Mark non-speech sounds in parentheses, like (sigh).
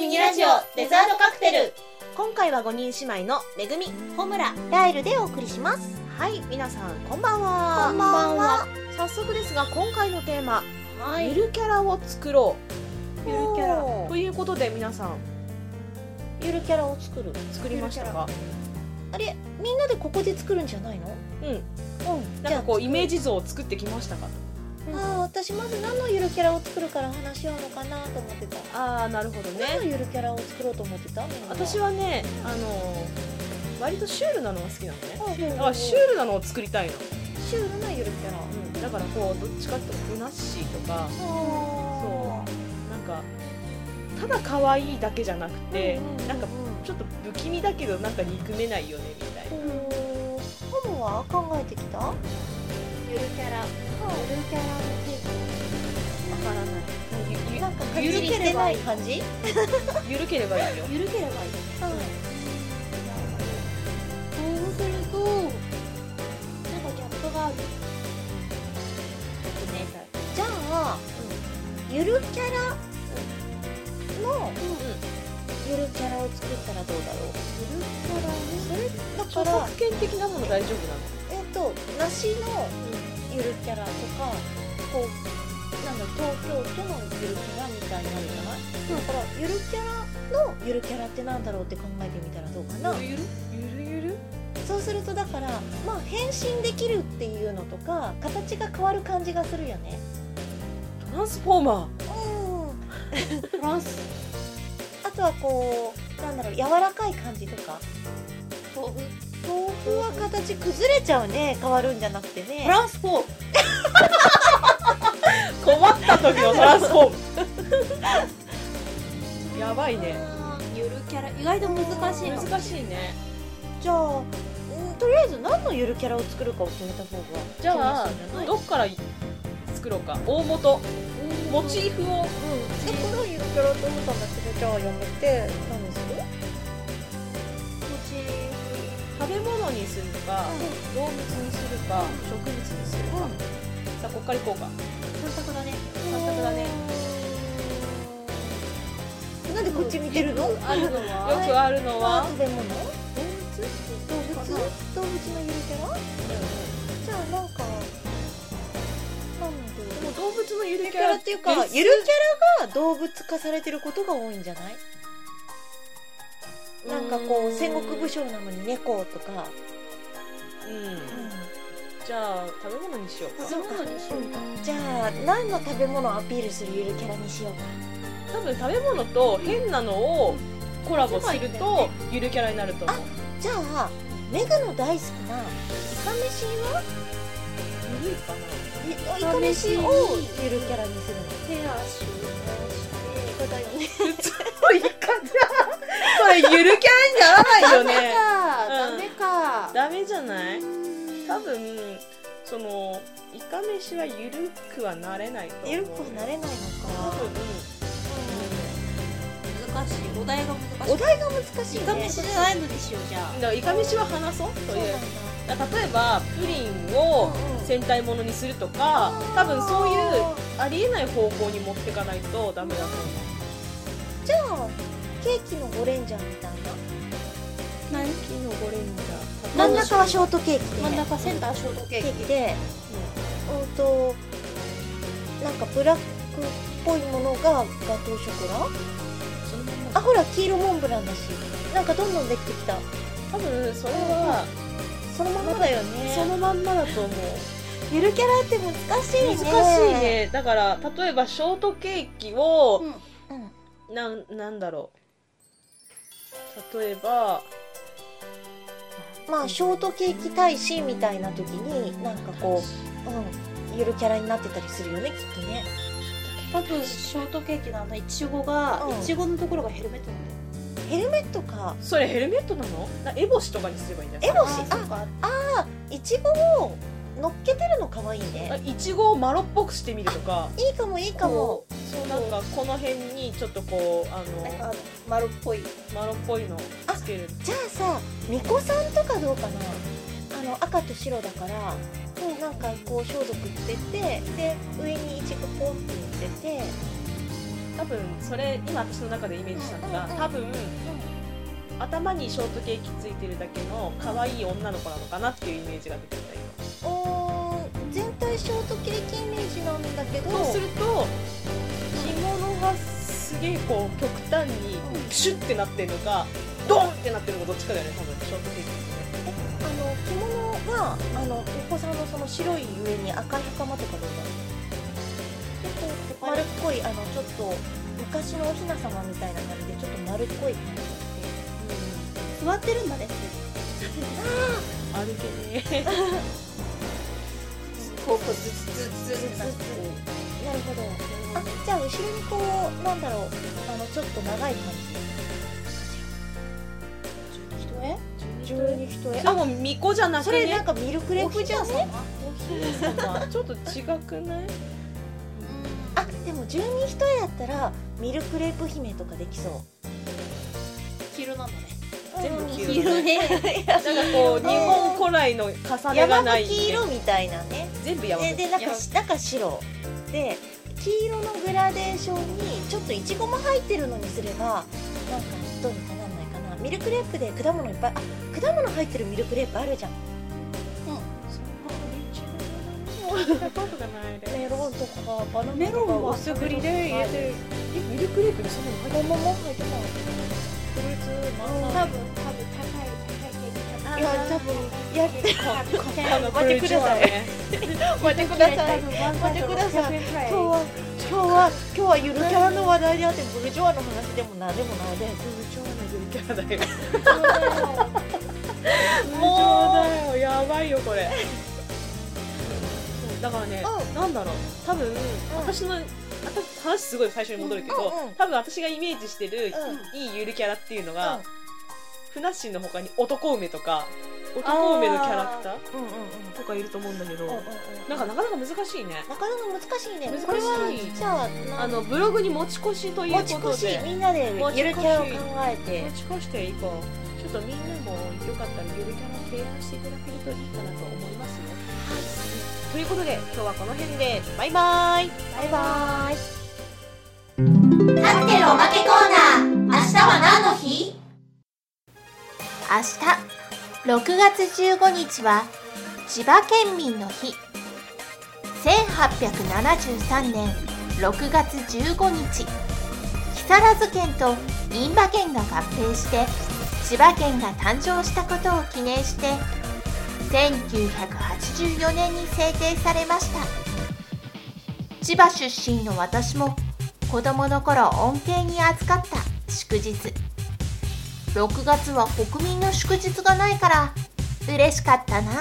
ミニラジオデザートカクテル今回は5人姉妹のめぐみほむらライルでお送りしますはい皆さんこんばんはこんばんは早速ですが今回のテーマはゆるキャラを作ろうゆるキャラおーということで皆さんゆるキャラを作る作りましたかあれみんなでここで作るんじゃないのうんうんなんかこうイメージ像を作ってきましたかあー私まず何のゆるキャラを作るから話し合うのかなと思ってたああなるほど何のゆるキャラを作ろうと思ってたみんな私はねあのー割とシュールなのが好きなのねあだからシュールなのを作りたいの、シュールなゆるキャラうん、だからこうどっちかっていうとふなっしーとかあなんかただ可愛いだけじゃなくて、うんうんうんなんかちょっと不気味だけどなんか憎めないよねみたいなそうホムは考えてきたゆるキャラゆるキャラのわからないなんかかっゆちるりけしれてばないいい感じゆるければいいよゆるければいいそうするとなんかギャップがあるじゃあ、ゆるキャラの、ゆるキャラを作ったらどうだろうゆるキャラねそれ著だから作権的なもの大丈夫なのえっと梨のゆるキャラとかこうなんだ東京都のゆるキャラみたいになるじゃない、だからゆるキャラのゆるキャラってなんだろうって考えてみたらどうかな、ゆるゆるゆるゆるそうするとだからまあ変身できるっていうのとか形が変わる感じがするよねトランスフォーマうんートランスあとはこうなんだろう柔らかい感じとか豆腐豆腐は形崩れちゃうね変わるんじゃなくてねトランスフォーム困った時のトランスフォームやばいねゆるキャラ意外と難しいの難しいねじゃあうんとりあえず何のゆるキャラを作るかを決めた方がじゃあ決まりそうじゃないどっから作ろうか大元モチーフをだからゆるキャラと思ったんだけどじゃあやめて何する食べ物にするか、動物にするか植物にするか、じゃあこっから行こうか三択だね三択だねなんでこっち見てるの動物あるのよはくあるのは、食べ物動物動物のゆるキャラじゃあなんかなんででも動物のゆるゆるキキャャララっってていいううかかゆゆるるキャラが動物化されてることが多いんじゃないなんかこう戦国武将なのに猫とか、うんじゃあ食べ物にしようか食べ物にしようかじゃあ何の食べ物をアピールするゆるキャラにしようか多分食べ物と変なのをコラボするとゆるキャラになると思うじゃあメグの大好きなイカ飯はゆるいかなえイカ飯をゆるキャラにするの手足を出してこれだよねいかそれゆるキャラにならないよね (laughs) ダメかダメかダメじゃない多多分分そのイカ飯はゆるくはなれないと思うゆるくはなれないの多か分難しいお題が難しいお題が難しいイねカ飯じゃないのにしようじゃあだからイカ飯は話そうとそういなうんだだから例えばプリンを戦隊ものにするとか多分そういうありえない方向に持ってかないとダメだと思うじゃあケーキのゴレンジャーみたい何キのゴレンジな真ん中はショートケーキで真ん中センターショートケーケキーキでうんとなんかブラックっぽいものがガトーショコラそのまんあまほら黄色モンブランだしなんかどんどんできてきた多分それはそのままだよねそのまんまだと思うゆるキャラって難しい難ねしいねだから例えばショートケーキをうんうんなんなんだろう例えばまあショートケーキ大使みたいな時になんかこう、うん、ゆるキャラになってたりするよねきっとね多分ショートケーキのあのいちごがうんいちごのところがヘルメットなんだよヘルメットかそれヘルメットなのなエボシとかにすればいいんじゃないエボシあそうかいちごを乗っけてるの可愛いあねいちごを丸っぽくしてみるとかいいかもいいかもこうそうなんかこの辺にちょっとこうあなんのか丸っぽい丸っぽいのつけるじゃあさ巫女さんとかどうかなあの赤と白だからもうなんかこう装束着ててで上にいちごポンって乗ってて多分それ今私の中でイメージしたのがうんうんうん多分頭にショートケーキついてるだけの可愛い女の子なのかなっていうイメージが出てきた今おー全体ショートケーキイメージなんだけどそうすると着物がすげえこう極端にうんシュッてなってるのかドンってなってるのかどっちかだよね多分ショートケーキってねあの着物はあのお子さんのその白い上に赤い袴とかどうなの結構丸っこいあのちょっと昔のおひな様みたいな感じでちょっと丸っこい感じ座ってるんだねあるけねこうこうズズズズズズでなるほどあじゃあ後ろにこうなんだろうあのちょっと長い感人へじ十二人し重かも巫女じゃなそくれなんねかミルクレープじゃんおねちょっと違くないあでも十二人やったらミルクレープ姫とかできそ黄色なんだねう全部黄色うんねなんかこう日本古来の重ねが (laughs) 山な吹いんでき色みたいなね全部山で吹でなんか山吹なんか白で黄色のグラデーションにちょっといちごも入ってるのにすればなんかどうにかなんないかなミルクレープで果物いっぱいあ果物入ってるミルクレープあるじゃんそんなことがないでメロンとかバナナとかメロンは薄薄栗栗で入れで入てれてえミルクレープにそんなの入ってる桃も入ってないフルーツ多マ分ン多ゴー分高い高いいや多分やってあの待ってくださいね待ってください待ってください今日は今日は今日はゆるキャラの話題であってブルジョワの話でもなでもなで超巡るキャラだよもうよやばいよこれだからね、うなんだろう多分、私の私話すごい最初に戻るけど、うんうん多分私がイメージしてる、ういいゆるキャラっていうのが、うんふなっしーの他に男梅とか男梅のキャラクターうんうんうんとかいると思うんだけど、うんうんうんなんかなかなか難しいねなかなか難しいね難しいこれはじゃあなあのブログに持ち越しという持こちと越しでみんなでゆるキャラを考えて持ち越していこうちょっとみんなもよかったらゆるキャラを提案していただけるといいかなと思いますね、はい、ということで今日はこの辺でバイバーイバイバーイカクテルおまけコーナー明日は何の日明日6月15日は千葉県民の日1873年6月15日木更津県と印旛県が合併して千葉県が誕生したことを記念して1984年に制定されました千葉出身の私も子供の頃恩恵に預かった祝日6月は国民の祝日がないから嬉しかったなあ